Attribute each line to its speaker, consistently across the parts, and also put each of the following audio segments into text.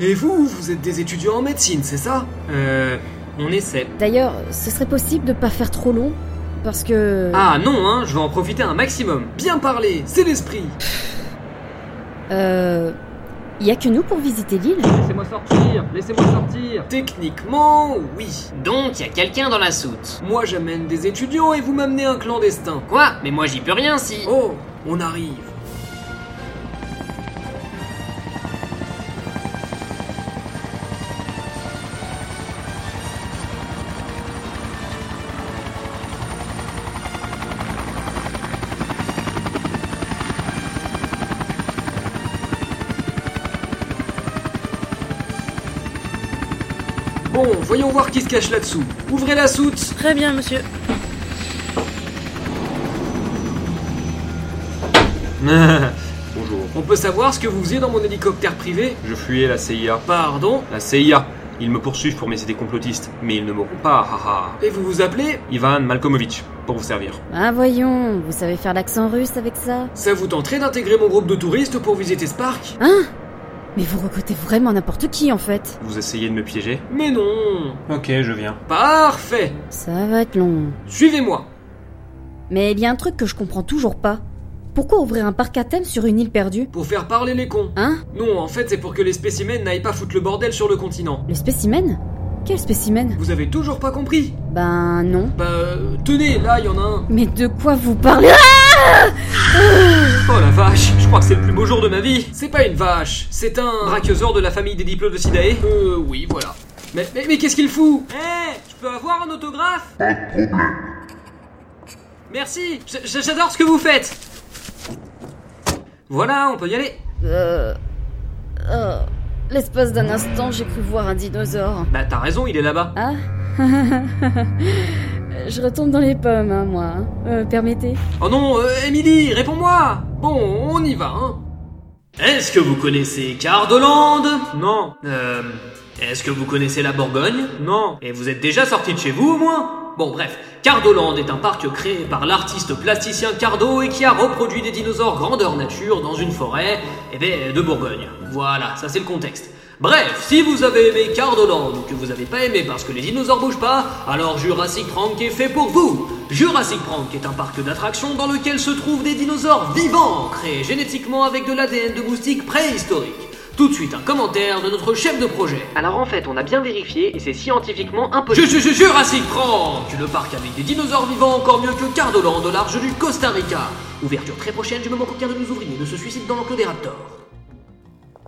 Speaker 1: Et vous, vous êtes des étudiants en médecine, c'est ça
Speaker 2: Euh. On essaie.
Speaker 3: D'ailleurs, ce serait possible de pas faire trop long Parce que.
Speaker 2: Ah non, hein, je vais en profiter un maximum.
Speaker 1: Bien parler, c'est l'esprit
Speaker 3: Euh. Y a que nous pour visiter l'île
Speaker 4: Laissez-moi sortir Laissez-moi sortir
Speaker 1: Techniquement, oui.
Speaker 2: Donc, y a quelqu'un dans la soute.
Speaker 1: Moi j'amène des étudiants et vous m'amenez un clandestin.
Speaker 2: Quoi Mais moi j'y peux rien si.
Speaker 1: Oh, on arrive. Bon, voyons voir qui se cache là-dessous. Ouvrez la soute
Speaker 5: Très bien, monsieur.
Speaker 6: Bonjour.
Speaker 1: On peut savoir ce que vous faisiez dans mon hélicoptère privé
Speaker 6: Je fuyais la CIA.
Speaker 1: Pardon
Speaker 6: La CIA. Ils me poursuivent pour mes idées complotistes, mais ils ne m'auront pas, haha.
Speaker 1: Et vous vous appelez
Speaker 6: Ivan Malkomovitch, pour vous servir.
Speaker 3: Ah voyons, vous savez faire l'accent russe avec ça
Speaker 1: Ça vous tenterait d'intégrer mon groupe de touristes pour visiter ce parc
Speaker 3: Hein Mais vous recrutez vraiment n'importe qui en fait
Speaker 6: Vous essayez de me piéger
Speaker 1: Mais non
Speaker 6: Ok, je viens.
Speaker 1: Parfait
Speaker 3: Ça va être long.
Speaker 1: Suivez-moi
Speaker 3: Mais il y a un truc que je comprends toujours pas. Pourquoi ouvrir un parc à thème sur une île perdue
Speaker 1: Pour faire parler les cons.
Speaker 3: Hein
Speaker 1: Non, en fait, c'est pour que les spécimens n'aillent pas foutre le bordel sur le continent.
Speaker 3: Le spécimen Quel spécimen
Speaker 1: Vous avez toujours pas compris
Speaker 3: Ben non.
Speaker 1: Bah, euh, tenez, là, il y en a un.
Speaker 3: Mais de quoi vous parlez
Speaker 1: Oh la vache, je crois que c'est le plus beau jour de ma vie. C'est pas une vache, c'est un brachiosaure de la famille des diplodocidae. Euh, oui, voilà. Mais, mais, mais qu'est-ce qu'il fout Eh, je peux avoir un autographe Pas de problème. Merci, j- j- j'adore ce que vous faites. Voilà, on peut y aller.
Speaker 3: Euh... euh, L'espace d'un instant, j'ai cru voir un dinosaure.
Speaker 1: Bah t'as raison, il est là-bas.
Speaker 3: Ah Je retombe dans les pommes, hein, moi. hein. Euh, permettez.
Speaker 1: Oh non, euh, Emily, réponds-moi Bon, on y va, hein. Est-ce que vous connaissez Cardoland
Speaker 2: Non,
Speaker 1: Euh... Est-ce que vous connaissez la Bourgogne
Speaker 2: non.
Speaker 1: Et vous êtes déjà sorti de chez vous au moins Bon bref, Cardoland est un parc créé par l'artiste plasticien Cardo et qui a reproduit des dinosaures grandeur nature dans une forêt eh ben, de Bourgogne. Voilà, ça c'est le contexte. Bref, si vous avez aimé Cardoland ou que vous avez pas aimé parce que les dinosaures bougent pas, alors Jurassic Prank est fait pour vous Jurassic Prank est un parc d'attractions dans lequel se trouvent des dinosaures vivants créés génétiquement avec de l'ADN de moustiques préhistoriques. Tout de suite un commentaire de notre chef de projet.
Speaker 2: Alors en fait, on a bien vérifié et c'est scientifiquement impossible.
Speaker 1: Je, je, je, Jurassic Prank Le parc avec des dinosaures vivants encore mieux que Cardoland au large du Costa Rica. Ouverture très prochaine du moment qu'aucun de nos ouvriers ne se suicide dans l'enclos des raptors.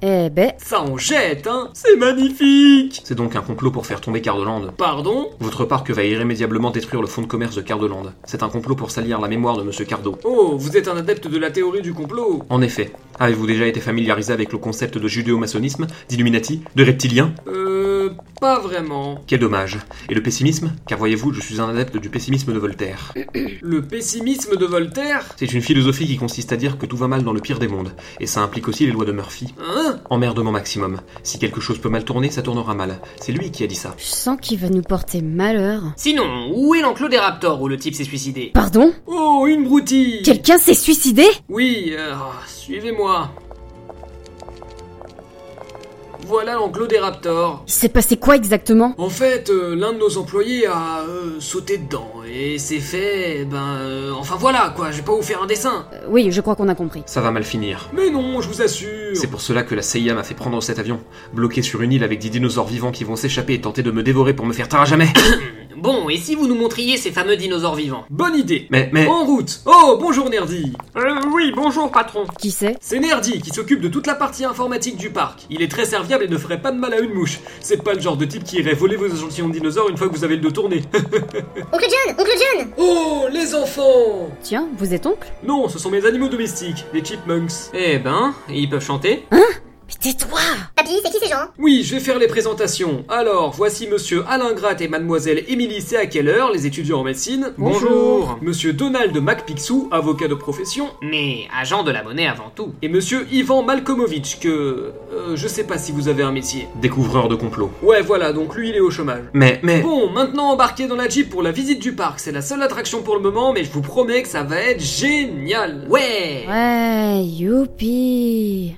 Speaker 3: Eh ben,
Speaker 1: Ça on jette, hein C'est magnifique
Speaker 6: C'est donc un complot pour faire tomber Cardeland.
Speaker 1: Pardon
Speaker 6: Votre parc va irrémédiablement détruire le fonds de commerce de Cardeland. C'est un complot pour salir la mémoire de Monsieur Cardo.
Speaker 1: Oh, vous êtes un adepte de la théorie du complot
Speaker 6: En effet, avez-vous déjà été familiarisé avec le concept de judéo-maçonnisme, d'illuminati, de reptilien
Speaker 1: Euh... Pas vraiment.
Speaker 6: Quel dommage. Et le pessimisme Car voyez-vous, je suis un adepte du pessimisme de Voltaire.
Speaker 1: Le pessimisme de Voltaire
Speaker 6: C'est une philosophie qui consiste à dire que tout va mal dans le pire des mondes, et ça implique aussi les lois de Murphy.
Speaker 1: Hein
Speaker 6: Emmerdement maximum. Si quelque chose peut mal tourner, ça tournera mal. C'est lui qui a dit ça.
Speaker 3: je sens qu'il va nous porter malheur.
Speaker 2: Sinon, où est l'enclos des raptors où le type s'est suicidé
Speaker 3: Pardon
Speaker 1: Oh, une broutille
Speaker 3: Quelqu'un s'est suicidé
Speaker 1: Oui, euh, ah, suivez-moi. Voilà l'enclos des raptors.
Speaker 3: Il s'est passé quoi exactement
Speaker 1: En fait, euh, l'un de nos employés a euh, sauté dedans et c'est fait. Ben, euh, enfin voilà quoi. Je vais pas vous faire un dessin.
Speaker 3: Euh, Oui, je crois qu'on a compris.
Speaker 6: Ça va mal finir.
Speaker 1: Mais non, je vous assure.
Speaker 6: C'est pour cela que la CIA m'a fait prendre cet avion, bloqué sur une île avec des dinosaures vivants qui vont s'échapper et tenter de me dévorer pour me faire taire à jamais.
Speaker 2: Bon, et si vous nous montriez ces fameux dinosaures vivants
Speaker 1: Bonne idée.
Speaker 6: Mais, mais,
Speaker 1: En route. Oh, bonjour Nerdy.
Speaker 2: Euh, Oui, bonjour patron.
Speaker 3: Qui c'est
Speaker 1: C'est Nerdy qui s'occupe de toute la partie informatique du parc. Il est très serviable et ne ferait pas de mal à une mouche. C'est pas le genre de type qui irait voler vos échantillons de dinosaures une fois que vous avez le dos tourné.
Speaker 7: Oncle John Oncle John
Speaker 1: oh, les enfants
Speaker 3: Tiens, vous êtes oncle
Speaker 1: Non, ce sont mes animaux domestiques, les chipmunks.
Speaker 2: Eh ben, ils peuvent chanter
Speaker 3: Mais tais-toi
Speaker 7: Papy, c'est qui ces gens
Speaker 1: Oui, je vais faire les présentations. Alors, voici monsieur Alain Gratt et mademoiselle Émilie Seakeller, les étudiants en médecine.
Speaker 2: Bonjour.
Speaker 1: Monsieur Donald MacPixou, avocat de profession.
Speaker 2: Mais agent de la monnaie avant tout.
Speaker 1: Et monsieur Ivan Malkomovitch, que... euh, je sais pas si vous avez un métier.
Speaker 6: découvreur de complot.
Speaker 1: Ouais, voilà, donc lui, il est au chômage.
Speaker 6: Mais, mais,
Speaker 1: Bon, maintenant embarquez dans la Jeep pour la visite du parc. C'est la seule attraction pour le moment, mais je vous promets que ça va être génial.
Speaker 2: Ouais
Speaker 3: Ouais, youpi